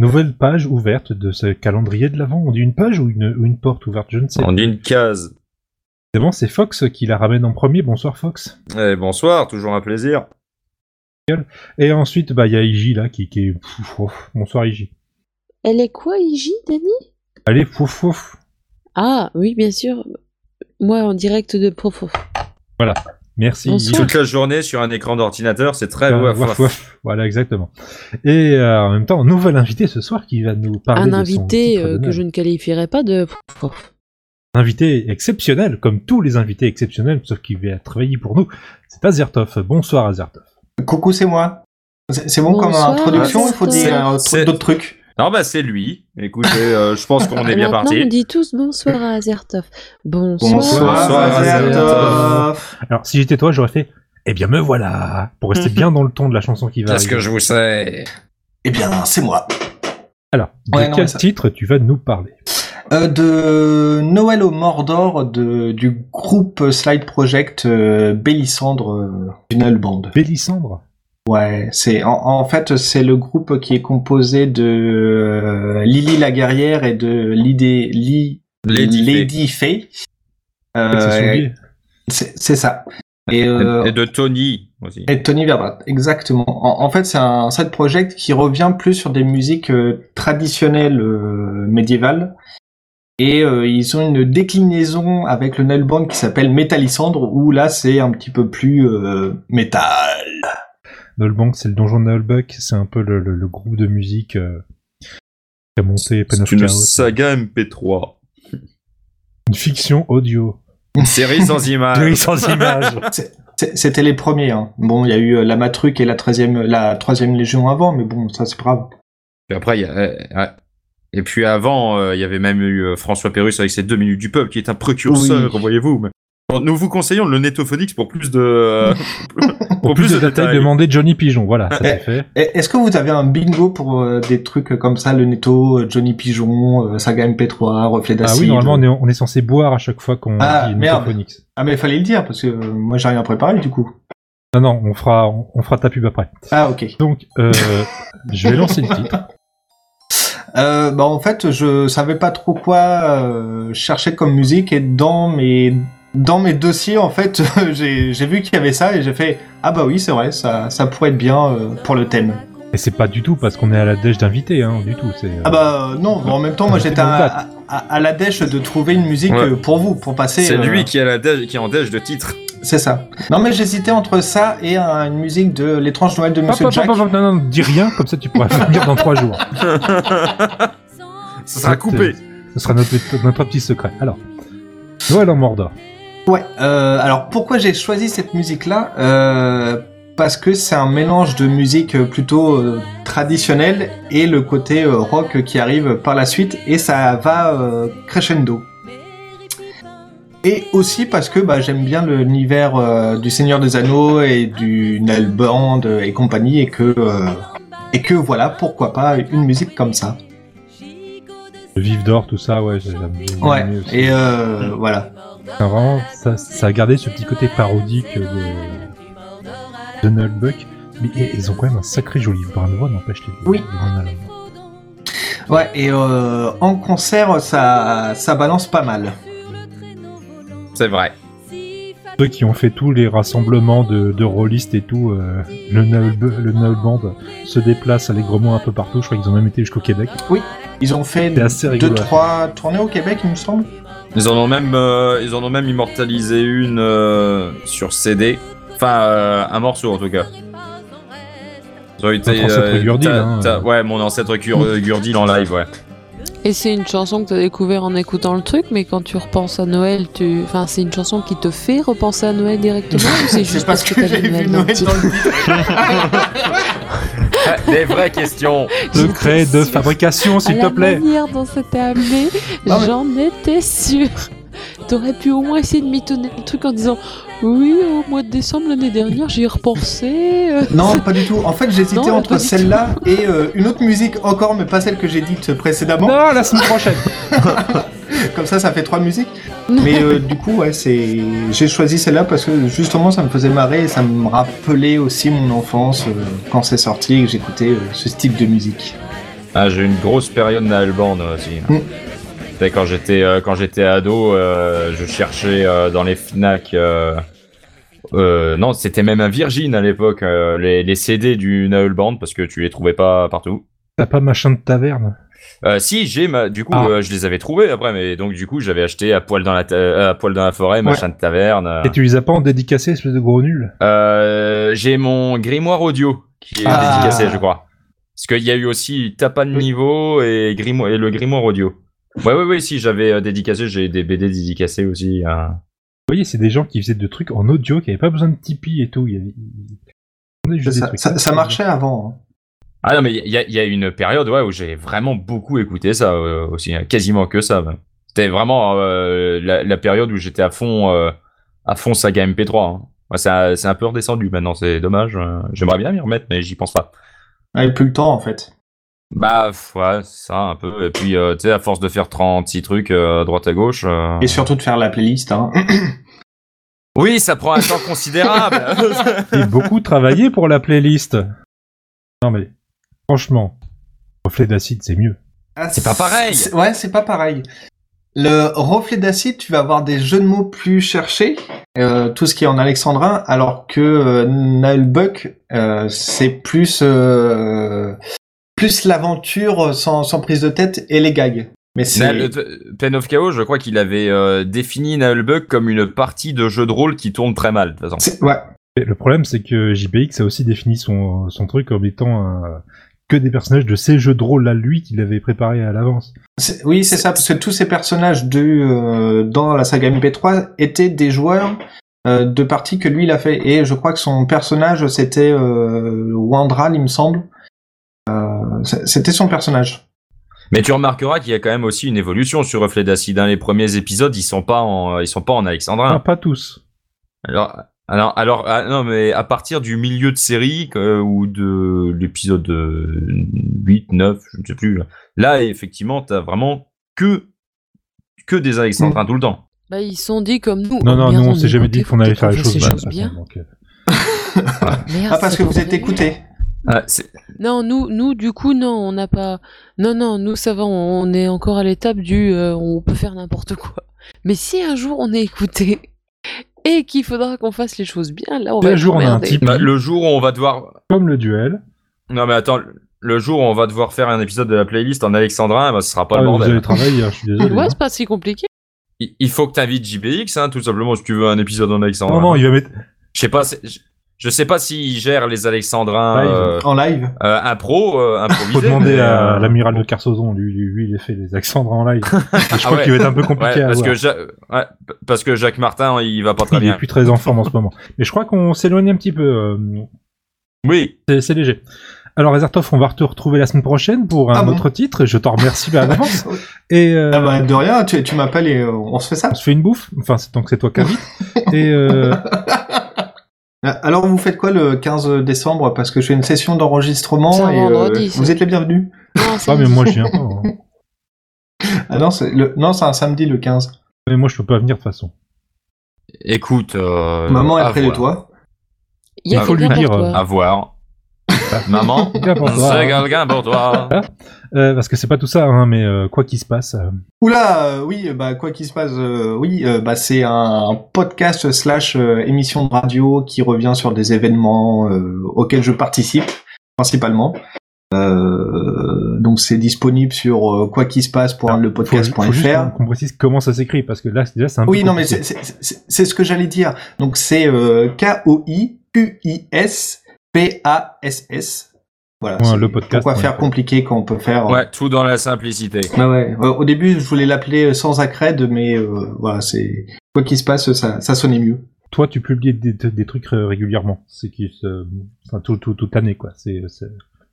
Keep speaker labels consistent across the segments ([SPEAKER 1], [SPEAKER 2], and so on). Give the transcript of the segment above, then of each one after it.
[SPEAKER 1] Nouvelle page ouverte de ce calendrier de l'Avent. On dit une page ou une, ou une porte ouverte, je ne sais pas.
[SPEAKER 2] En une case.
[SPEAKER 1] C'est bon, c'est Fox qui la ramène en premier. Bonsoir Fox.
[SPEAKER 2] Eh, bonsoir, toujours un plaisir.
[SPEAKER 1] Et ensuite, bah, il y a Iji là qui, qui est. Pouf, pouf. Bonsoir Iji.
[SPEAKER 3] Elle est quoi, Iji, Dani
[SPEAKER 1] Allez, pouf pouf.
[SPEAKER 3] Ah, oui, bien sûr. Moi, en direct de Profo.
[SPEAKER 1] Merci
[SPEAKER 3] Bonsoir.
[SPEAKER 1] Iji.
[SPEAKER 2] Toute la journée sur un écran d'ordinateur, c'est très
[SPEAKER 1] Euh,
[SPEAKER 2] beau à
[SPEAKER 1] waf,
[SPEAKER 2] voir.
[SPEAKER 1] waf. Voilà, exactement. Et euh, en même temps, nouvel invité ce soir qui va nous parler.
[SPEAKER 3] Un
[SPEAKER 1] de son
[SPEAKER 3] invité
[SPEAKER 1] titre
[SPEAKER 3] euh, que
[SPEAKER 1] d'honneur.
[SPEAKER 3] je ne qualifierais pas de Profo.
[SPEAKER 1] Un invité exceptionnel, comme tous les invités exceptionnels, sauf qu'il va travailler pour nous. C'est Azertov. Bonsoir Azertov.
[SPEAKER 4] Coucou, c'est moi. C'est c'est bon comme
[SPEAKER 3] Bonsoir,
[SPEAKER 4] introduction, il faut
[SPEAKER 3] Christophe.
[SPEAKER 4] dire euh,
[SPEAKER 2] C'est-
[SPEAKER 4] d'autres trucs.
[SPEAKER 2] Non, bah c'est lui. Écoutez, euh, je pense qu'on est
[SPEAKER 3] Et
[SPEAKER 2] bien
[SPEAKER 3] maintenant, on
[SPEAKER 2] parti.
[SPEAKER 3] dit tous bonsoir à Azertov. Bonsoir.
[SPEAKER 4] Bonsoir, Euh,
[SPEAKER 2] Azertov.
[SPEAKER 4] Azertov.
[SPEAKER 1] Alors, si j'étais toi, j'aurais fait Eh bien, me voilà Pour rester bien dans le ton de la chanson qui va. arriver.
[SPEAKER 2] je vous sais
[SPEAKER 4] Eh bien, c'est moi.
[SPEAKER 1] Alors, de
[SPEAKER 4] Ouais, non,
[SPEAKER 1] quel
[SPEAKER 4] mais ça-
[SPEAKER 1] titre tu vas nous parler
[SPEAKER 4] Euh, de Noël au Mordor de, du groupe Slide Project euh, Bélissandre euh, Tunnel Band.
[SPEAKER 1] Bélissandre
[SPEAKER 4] Ouais, c'est en, en fait c'est le groupe qui est composé de euh, Lily la guerrière et de Lidé- Li-
[SPEAKER 2] Lady Faye.
[SPEAKER 4] Lady Faye.
[SPEAKER 1] Avec ses
[SPEAKER 4] Euh,
[SPEAKER 1] souliers.
[SPEAKER 4] c'est c'est ça. Et, euh,
[SPEAKER 2] Et de Tony aussi.
[SPEAKER 4] Et Tony Verdrat, exactement. En, en fait, c'est un side project qui revient plus sur des musiques euh, traditionnelles euh, médiévales. Et euh, ils ont une déclinaison avec le nail band qui s'appelle Métalisandre, où là, c'est un petit peu plus euh, métal.
[SPEAKER 1] Nullbank, c'est le donjon de Nullbuck, c'est un peu le, le- le groupe de musique euh, qui a monté Pen of
[SPEAKER 2] C'est une
[SPEAKER 1] Chaos.
[SPEAKER 2] saga MP3.
[SPEAKER 1] Une fiction audio.
[SPEAKER 2] Une série sans
[SPEAKER 1] Oui,
[SPEAKER 4] Ah.
[SPEAKER 2] images.
[SPEAKER 1] sans images.
[SPEAKER 4] C'est- C'était les premiers. Hein. Bon, il y a eu euh, la Matruc et la 13e, la 3e Légion avant, mais bon, ça c'est grave.
[SPEAKER 2] Puis après, il y a- euh, ouais. Et puis avant, euh, il y avait même eu euh, François Pérus avec ses deux minutes du peuple, qui est un précurseur,
[SPEAKER 4] Oui.
[SPEAKER 2] voyez-vous. Mais- Bon, Nous vous conseillons le Netophonix pour plus de. euh,
[SPEAKER 1] Au plus de la taille
[SPEAKER 2] détails.
[SPEAKER 1] demandée Johnny Pigeon, voilà, ça c'est fait.
[SPEAKER 4] Et- Est-ce que vous avez un bingo pour euh, des trucs comme ça, le Netto, euh, Johnny Pigeon, euh, Saga MP3, Reflet
[SPEAKER 1] Ah
[SPEAKER 4] d'acide
[SPEAKER 1] oui, normalement on est, on est censé boire à chaque fois qu'on
[SPEAKER 4] Bah Ah,
[SPEAKER 1] dit
[SPEAKER 4] merde.
[SPEAKER 1] Netophonix.
[SPEAKER 4] Ah mais fallait le dire parce que euh, moi j'ai rien préparé du coup.
[SPEAKER 1] Non, non, on fera, on, on fera ta pub après.
[SPEAKER 4] Ah ok.
[SPEAKER 1] Donc, euh, je vais lancer le titre.
[SPEAKER 4] Euh, bah en fait je savais pas trop quoi euh, chercher comme musique et dans mes dans mes dossiers en fait j'ai j'ai vu qu'il y avait ça et j'ai fait ah bah oui c'est vrai ça ça pourrait être bien euh, pour le thème.
[SPEAKER 1] Et c'est pas du tout parce qu'on est à la dèche d'invités, hein, du tout. C'est, euh,
[SPEAKER 4] Ah bah euh, non mais en même temps
[SPEAKER 1] Ah,
[SPEAKER 4] moi j'étais à, à, à la dèche de trouver une musique
[SPEAKER 2] Ouais.
[SPEAKER 4] euh, pour vous pour passer.
[SPEAKER 2] C'est
[SPEAKER 4] euh,
[SPEAKER 2] lui qui, a la dèche- qui est en dèche de titre.
[SPEAKER 4] C'est ça. Non mais j'hésitais entre ça et euh, une musique de l'étrange Noël de
[SPEAKER 1] Pop,
[SPEAKER 4] Monsieur
[SPEAKER 1] pop,
[SPEAKER 4] Jack.
[SPEAKER 1] pop, pop, non, non, dis rien, comme ça tu pourras venir dans trois jours.
[SPEAKER 2] Ça sera coupé.
[SPEAKER 1] Ce sera notre, notre petit secret. Alors, Noël en Mordor.
[SPEAKER 4] Ouais, euh, alors pourquoi j'ai choisi cette musique-là Euh, Parce que c'est un mélange de musique euh, plutôt euh, traditionnelle et le côté euh, rock qui arrive par la suite et ça va euh, crescendo. Et aussi parce que bah, j'aime bien le- l'univers euh, du Seigneur des Anneaux et du Nile Band et compagnie et que, euh, et que voilà, pourquoi pas une musique comme ça.
[SPEAKER 1] Le Vif d'or, tout ça, ouais, j'ai j'aime bien
[SPEAKER 4] Ouais,
[SPEAKER 1] aimé aussi.
[SPEAKER 4] et euh, voilà.
[SPEAKER 1] Enfin, vraiment, ça, ça a gardé ce petit côté parodique de, de Nullbuck. Mais et- ils ont quand même un sacré joli brin de voix, n'empêche les
[SPEAKER 4] Oui.
[SPEAKER 1] les nains allemands.
[SPEAKER 4] Ouais, et euh, en concert, ça, ça balance pas mal.
[SPEAKER 2] C'est vrai.
[SPEAKER 1] Ceux qui ont fait tous les rassemblements de, de rôlistes et tout, euh, le Nullb- le Nullband se déplace allègrement un peu partout. Je crois qu'ils ont même été jusqu'au Québec.
[SPEAKER 4] Ils ont fait
[SPEAKER 1] C'est assez rigolo.
[SPEAKER 4] deux, trois tournées au Québec, il me semble.
[SPEAKER 2] Ils en ont même, euh, ils en ont même immortalisé une euh, sur CD. Enfin, euh, un morceau en tout cas. Ils ont été. euh,
[SPEAKER 1] Notre ancêtre Gurdil,
[SPEAKER 2] t'as-
[SPEAKER 1] hein.
[SPEAKER 2] t'as- Ouais, mon ancêtre Gur- Gurdil en live, ouais.
[SPEAKER 3] Et c'est une chanson que t'as découvert en écoutant le truc, mais quand tu repenses à Noël, tu. Enfin, c'est une chanson qui te fait repenser à Noël directement ou c'est juste
[SPEAKER 4] parce que,
[SPEAKER 3] t'as
[SPEAKER 4] j'ai vu
[SPEAKER 3] dans le
[SPEAKER 4] Noël
[SPEAKER 3] titre
[SPEAKER 4] dans le titre.
[SPEAKER 2] Ah, Des vraies questions.
[SPEAKER 1] Secret de fabrication, s'il
[SPEAKER 3] À
[SPEAKER 1] te
[SPEAKER 3] la
[SPEAKER 1] plaît.
[SPEAKER 3] manière dont c'était amené,
[SPEAKER 4] Non, mais-
[SPEAKER 3] j'en étais sûre. T'aurais pu au moins essayer de mitonner le truc en disant Oui, au mois de décembre l'année dernière, j'y ai repensé. euh.
[SPEAKER 4] Non, pas du tout. En fait, j'hésitais
[SPEAKER 3] Non, pas
[SPEAKER 4] entre
[SPEAKER 3] du
[SPEAKER 4] celle-là et euh, une autre musique encore, mais pas celle que j'ai dite précédemment.
[SPEAKER 1] Non, la semaine prochaine.
[SPEAKER 4] Comme ça, ça fait trois musiques. Mais euh, du coup, ouais, c'est. J'ai choisi celle-là parce que justement, ça me faisait marrer et ça me rappelait aussi mon enfance euh, quand c'est sorti et que j'écoutais euh, ce type de musique.
[SPEAKER 2] Ah, j'ai eu une grosse période Naël Band aussi.
[SPEAKER 4] Mm.
[SPEAKER 2] Tu sais, Quand j'étais euh, quand j'étais ado, euh, je cherchais euh, dans les Fnac. euh, euh, non, c'était même à Virgin à l'époque euh, les, les CD du Naël Band parce que tu les trouvais pas partout.
[SPEAKER 1] T'as pas machin de taverne
[SPEAKER 2] Euh, si j'ai ma... du coup
[SPEAKER 1] Ah.
[SPEAKER 2] euh, je les avais trouvés après, mais donc du coup j'avais acheté à poil dans la ta- euh, à poil dans la forêt, machin de taverne. euh.
[SPEAKER 1] Et tu les as pas en dédicacé, espèce de gros nul
[SPEAKER 2] Euh, j'ai mon grimoire audio qui est
[SPEAKER 4] Ah.
[SPEAKER 2] dédicacé, je crois. Parce qu'il y a eu aussi Tapa de niveau et, grimoire, et le grimoire audio. Ouais, ouais, ouais, si j'avais euh, dédicacé, j'ai des BD dédicacés aussi. hein.
[SPEAKER 1] Vous voyez, c'est des gens qui faisaient de trucs en audio, qui avaient pas besoin de Tipeee et tout. Il y avait- ils- ils vendaient juste des
[SPEAKER 4] Ça,
[SPEAKER 1] trucs.
[SPEAKER 4] ça- ça marchait avant. hein.
[SPEAKER 2] Ah non, mais il y a, il y a une période ouais, où j'ai vraiment beaucoup écouté ça euh, aussi, hein, quasiment que ça. même. C'était vraiment euh, la, la période où j'étais à fond, euh, à fond saga MP3. hein. Ouais, ça- c'est un peu redescendu maintenant, c'est dommage. euh, J'aimerais bien m'y remettre, mais j'y pense pas.
[SPEAKER 4] On avait plus le temps en fait.
[SPEAKER 2] Bah pff, ouais, ça un peu. Et puis euh, tu sais, à force de faire 36 trucs euh, à droite à gauche. euh,
[SPEAKER 4] Et surtout de faire la playlist. hein.
[SPEAKER 2] Oui, ça prend un temps considérable.
[SPEAKER 1] J'ai beaucoup travaillé pour la playlist. Non mais, franchement, reflet d'acide, c'est mieux.
[SPEAKER 4] Ah,
[SPEAKER 2] C'est pas pareil.
[SPEAKER 4] c'est- Ouais, c'est pas pareil. Le reflet d'acide, tu vas avoir des jeux de mots plus cherchés, euh, tout ce qui est en alexandrin, alors que euh, Naël Buck, euh, c'est plus euh, plus l'aventure sans, sans prise de tête et les gags. Mais c'est
[SPEAKER 2] Naël- euh, Pen of Chaos, je crois qu'il avait euh, défini Naël Buck comme une partie de jeu de rôle qui tourne très mal. De toute façon.
[SPEAKER 4] c'est- ouais.
[SPEAKER 1] Et le problème, c'est que JBX a aussi défini son, son truc comme étant euh, que des personnages de ces jeux de rôle là, lui, qu'il avait préparé à l'avance.
[SPEAKER 4] C'est- Oui, c'est ça, parce que tous ces personnages de, euh, dans la saga MP3 étaient des joueurs euh, de parties que lui il a fait. Et je crois que son personnage, c'était euh, Wandral, il me semble. Euh, c- c'était son personnage.
[SPEAKER 2] Mais tu remarqueras qu'il y a quand même aussi une évolution sur Reflet d'acide. hein. Les premiers épisodes, ils sont pas en, ils sont pas en
[SPEAKER 1] Enfin,
[SPEAKER 3] Ah.
[SPEAKER 2] alexandrin.
[SPEAKER 1] pas tous.
[SPEAKER 2] Alors, alors, alors, ah, non, mais à partir du milieu de série euh, ou de l'épisode euh, 8, 9, je ne sais plus. là, Là, effectivement, t'as vraiment que que des alexandrins
[SPEAKER 1] Mm.
[SPEAKER 2] tout le temps.
[SPEAKER 3] Bah, ils se sont dit comme nous.
[SPEAKER 1] Non,
[SPEAKER 3] oh,
[SPEAKER 1] non,
[SPEAKER 3] merde,
[SPEAKER 1] nous, on
[SPEAKER 3] est
[SPEAKER 1] s'est jamais
[SPEAKER 3] écoutés,
[SPEAKER 1] dit qu'on allait faire les
[SPEAKER 3] faut
[SPEAKER 1] choses
[SPEAKER 3] ces
[SPEAKER 1] mal.
[SPEAKER 3] choses bien.
[SPEAKER 1] donc, euh,
[SPEAKER 3] Merde,
[SPEAKER 4] Ah, parce
[SPEAKER 3] c'est
[SPEAKER 4] que vous
[SPEAKER 3] pas
[SPEAKER 4] êtes
[SPEAKER 3] vrai.
[SPEAKER 4] écouté.
[SPEAKER 2] Ah, c'est-
[SPEAKER 3] Non, nous, nous, du coup, non, on n'a pas. Non, non, nous, ça va, on on est encore à l'étape du. euh, on peut faire n'importe quoi. Mais si un jour on est écouté et qu'il faudra qu'on fasse les choses bien, là, on
[SPEAKER 1] Si
[SPEAKER 3] va.
[SPEAKER 1] un
[SPEAKER 3] être
[SPEAKER 1] jour on a un
[SPEAKER 3] emmerdé.
[SPEAKER 1] type
[SPEAKER 2] bah, le jour où on va devoir,
[SPEAKER 1] comme le duel,
[SPEAKER 2] non mais attends, le jour où on va devoir faire un épisode de la playlist en alexandrin, bah, ce sera pas
[SPEAKER 1] ah,
[SPEAKER 2] le
[SPEAKER 1] vous
[SPEAKER 2] bordel.
[SPEAKER 1] allez travailler, hein, je suis désolé.
[SPEAKER 3] Ouais,
[SPEAKER 1] hein.
[SPEAKER 3] c'est pas si compliqué.
[SPEAKER 2] Il, il faut que t'invites JBX, hein, tout simplement, si tu veux un épisode en alexandrin.
[SPEAKER 1] Non, non, il va mettre.
[SPEAKER 2] Je sais pas, c'est- je- je sais pas s'il gère les alexandrins
[SPEAKER 1] Live.
[SPEAKER 2] euh,
[SPEAKER 4] En live.
[SPEAKER 2] euh, impro, euh, improvisés,
[SPEAKER 1] Bah, Faut demander
[SPEAKER 2] mais,
[SPEAKER 1] à
[SPEAKER 2] euh,
[SPEAKER 1] l'amiral de Carsozon, lui, lui, lui, il a fait les accents en live. Et je crois
[SPEAKER 2] Ah ouais.
[SPEAKER 1] qu'il va être un peu compliqué
[SPEAKER 2] Ouais,
[SPEAKER 1] à
[SPEAKER 2] parce
[SPEAKER 1] avoir.
[SPEAKER 2] que Ja- ouais, p- parce que Jacques Martin il va pas très
[SPEAKER 1] Il est
[SPEAKER 2] bien.
[SPEAKER 1] plus très en forme en ce moment. Mais je crois qu'on s'éloigne un petit peu. euh,
[SPEAKER 2] Oui.
[SPEAKER 1] c'est- C'est léger. Alors, Azartov, on va te retrouver la semaine prochaine pour un
[SPEAKER 4] Ah bon
[SPEAKER 1] autre titre. Je t'en remercie
[SPEAKER 3] Ah, bah,
[SPEAKER 1] à l'avance. Et euh,
[SPEAKER 4] Ah bah, de rien, tu, tu m'appelles et euh, on se fait ça.
[SPEAKER 1] on se fait une bouffe. Enfin, c'est tant que c'est toi qui invites. Et euh,
[SPEAKER 4] Euh, Alors vous faites quoi le 15 décembre Parce que je fais une session
[SPEAKER 3] C'est
[SPEAKER 4] d'enregistrement
[SPEAKER 3] un
[SPEAKER 4] et euh,
[SPEAKER 3] vendredi, ça.
[SPEAKER 4] vous êtes les bienvenus.
[SPEAKER 3] Non,
[SPEAKER 1] ah,
[SPEAKER 3] c'est-
[SPEAKER 1] mais moi, je viens pas. hein.
[SPEAKER 4] Ah non, c'est le... non, c'est un samedi le 15.
[SPEAKER 1] Mais moi, je peux pas venir de toute façon.
[SPEAKER 2] Écoute. euh,
[SPEAKER 4] Maman
[SPEAKER 2] à
[SPEAKER 4] est près de
[SPEAKER 2] voir.
[SPEAKER 4] toi.
[SPEAKER 3] Il y a
[SPEAKER 2] Bah,
[SPEAKER 1] faut lui
[SPEAKER 3] quelqu'un
[SPEAKER 1] dire,
[SPEAKER 3] pour toi.
[SPEAKER 2] À voir. Maman.
[SPEAKER 1] Bien pour toi,
[SPEAKER 2] C'est
[SPEAKER 1] hein.
[SPEAKER 2] quelqu'un pour toi.
[SPEAKER 1] Euh, parce que c'est pas tout ça, hein, mais euh, quoi qu'il se passe, euh,
[SPEAKER 4] Oula, euh, oui, bah quoi qu'il se passe, euh, oui, euh, bah c'est un podcast slash euh, émission de radio qui revient sur des événements euh, auxquels je participe principalement. Euh, donc c'est disponible sur euh, quoi qu'il se passe pour le
[SPEAKER 1] Ah, faut, ju- faut juste qu'on-
[SPEAKER 4] podcast.fr.
[SPEAKER 1] qu'on précise comment ça s'écrit, parce que là, c'est- déjà, c'est un peu
[SPEAKER 4] Oui, non, mais
[SPEAKER 1] compliqué.
[SPEAKER 4] c'est- c'est c'est- c'est ce que j'allais dire. Donc c'est euh, K-O-I-Q-I-S-P-A-S-S. Voilà.
[SPEAKER 1] Ouais,
[SPEAKER 4] c'est-
[SPEAKER 1] le podcast,
[SPEAKER 4] Pourquoi
[SPEAKER 1] ouais.
[SPEAKER 4] faire compliqué quand on peut faire. euh,
[SPEAKER 2] Ouais, tout dans la simplicité.
[SPEAKER 4] Bah ouais. ouais, Au début, je voulais l'appeler euh, sans accred, mais euh, voilà, c'est quoi qu'il se passe, ça, ça sonnait mieux.
[SPEAKER 1] toi, tu publies des, des- des trucs euh, régulièrement. C'est qui se- enfin, tout, tout, toute l'année, quoi. C'est, c'est-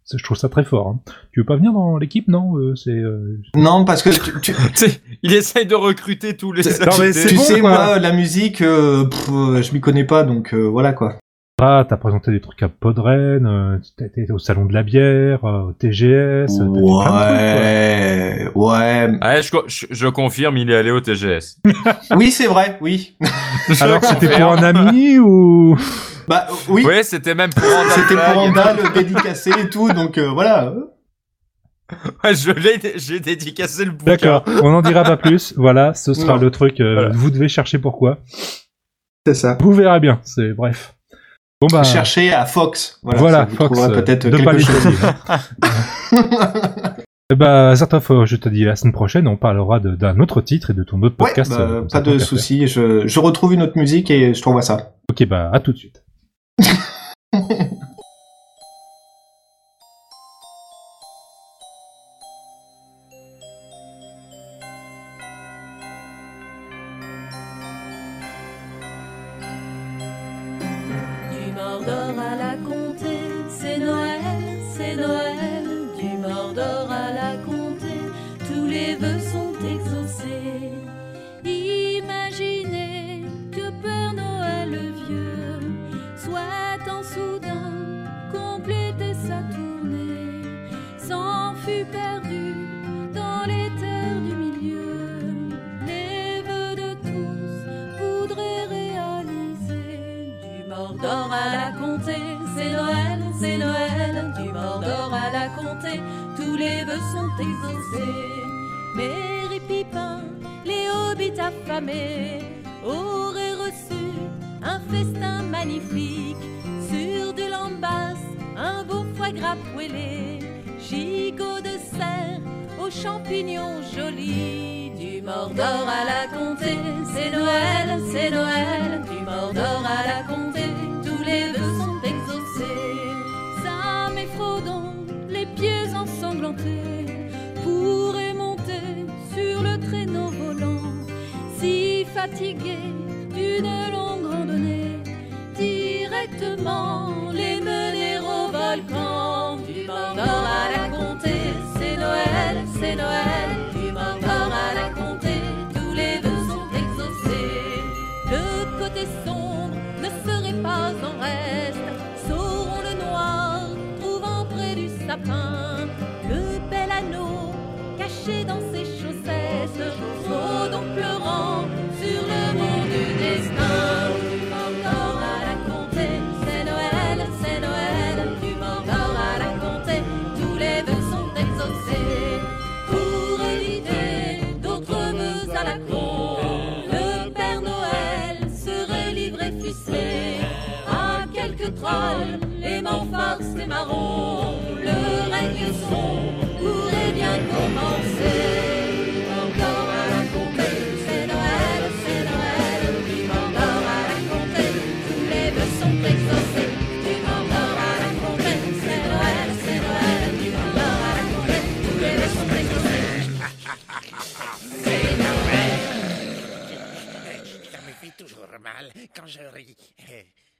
[SPEAKER 1] c'est- je trouve ça très fort. hein. Tu veux pas venir dans l'équipe, non euh, C'est. euh,
[SPEAKER 4] Non, parce que tu, tu-
[SPEAKER 2] Tu sais, il essaye de recruter tous les.
[SPEAKER 1] Non, mais c'est
[SPEAKER 4] tu
[SPEAKER 1] bon,
[SPEAKER 4] sais,
[SPEAKER 1] quoi.
[SPEAKER 4] moi, la musique, euh, pff, euh, je m'y connais pas, donc euh, voilà quoi.
[SPEAKER 1] Ah, t'as présenté des trucs à Podren, euh, t'as été au salon de la bière, euh, au TGS. t'as fait plein de trucs,
[SPEAKER 4] Ouais, ouais.
[SPEAKER 2] Ouais, je, co- je- je confirme, il est allé au TGS.
[SPEAKER 4] Oui, c'est vrai, oui.
[SPEAKER 1] quoi. Alors, c'était pour un ami ou
[SPEAKER 4] Bah oui,
[SPEAKER 2] Oui, c'était même pour.
[SPEAKER 4] c'était pour
[SPEAKER 2] un
[SPEAKER 4] euh, Anda, le dédicacé et tout, donc euh, voilà.
[SPEAKER 2] Ouais, je l'ai, j'ai dédicacé le bouquin.
[SPEAKER 1] D'accord, on n'en dira pas plus. Voilà, ce sera
[SPEAKER 4] Non.
[SPEAKER 1] le truc. euh,
[SPEAKER 2] Voilà.
[SPEAKER 1] Vous devez chercher pourquoi.
[SPEAKER 4] C'est ça.
[SPEAKER 1] Vous verrez bien. C'est bref. Bon bah.
[SPEAKER 4] Cherchez à Fox. Voilà,
[SPEAKER 1] Voilà,
[SPEAKER 4] ça vous
[SPEAKER 1] Fox.
[SPEAKER 4] trouverez
[SPEAKER 1] euh,
[SPEAKER 4] peut-être
[SPEAKER 1] de pas
[SPEAKER 4] quelque
[SPEAKER 1] les
[SPEAKER 4] chose.
[SPEAKER 1] oublier, hein. Eh bah, Sartov, je te dis la semaine prochaine, on parlera de- d'un autre titre et de ton autre
[SPEAKER 4] Ouais,
[SPEAKER 1] podcast.
[SPEAKER 4] bah,
[SPEAKER 1] euh, comme ça,
[SPEAKER 4] pas
[SPEAKER 1] tant
[SPEAKER 4] de
[SPEAKER 1] qu'à
[SPEAKER 4] souci. Je, je retrouve une autre musique et je t'envoie ça.
[SPEAKER 1] faire. Ok, bah, à tout de suite.
[SPEAKER 5] Du Mordor à la comté, c'est Noël, c'est Noël. Du Mordor à la comté, tous les vœux sont exaucés. Imaginez que Père Noël le vieux soit en soudain compléter sa tournée. S'en fut perdu dans les terres du milieu. Les vœux de tous voudrait réaliser du Mordor à la comté. C'est Noël, c'est Noël, du Mordor à la comté. Tous les vœux sont exaucés. Mary Pipin, les hobbits affamés auraient reçu un festin magnifique sur du lambas, un beau foie gras poêlé, gigot de cerf aux champignons jolis du Mordor à la comté. C'est Noël, c'est Noël, du Mordor à la comté. Tous les vœux sont exaucés. Sam et Frodon, les pieds ensanglantés, pourraient monter sur le traîneau volant. Si fatigués d'une longue randonnée, directement les mener au volcan du Mordor à la comté. C'est Noël, c'est Noël, du Mordor à la comté. Tous les vœux sont exaucés. Le côté sombre ne serait pas en reste. Saurons le noir, trouvant près du sapin le bel anneau caché dans ses chaussettes. Frodon pleurant sur le mont du destin. Du Mordor à la comté, c'est Noël, c'est Noël. Du Mordor à la comté, tous les vœux sont exaucés. Pour éviter d'autres vœux à la con, le Père Noël serait livré fussé à quelques trolls, les fanfarces et marrons. Le règne sombre pourrait bien commencer. Encore à la comté, c'est Noël, c'est Noël. Du Mordor à la comté, tous les vœux sont exaucés. Du Mordor à la comté, c'est Noël, c'est Noël. Du Mordor à la comté, tous les vœux sont exaucés.
[SPEAKER 6] Ça me fait toujours mal quand je ris.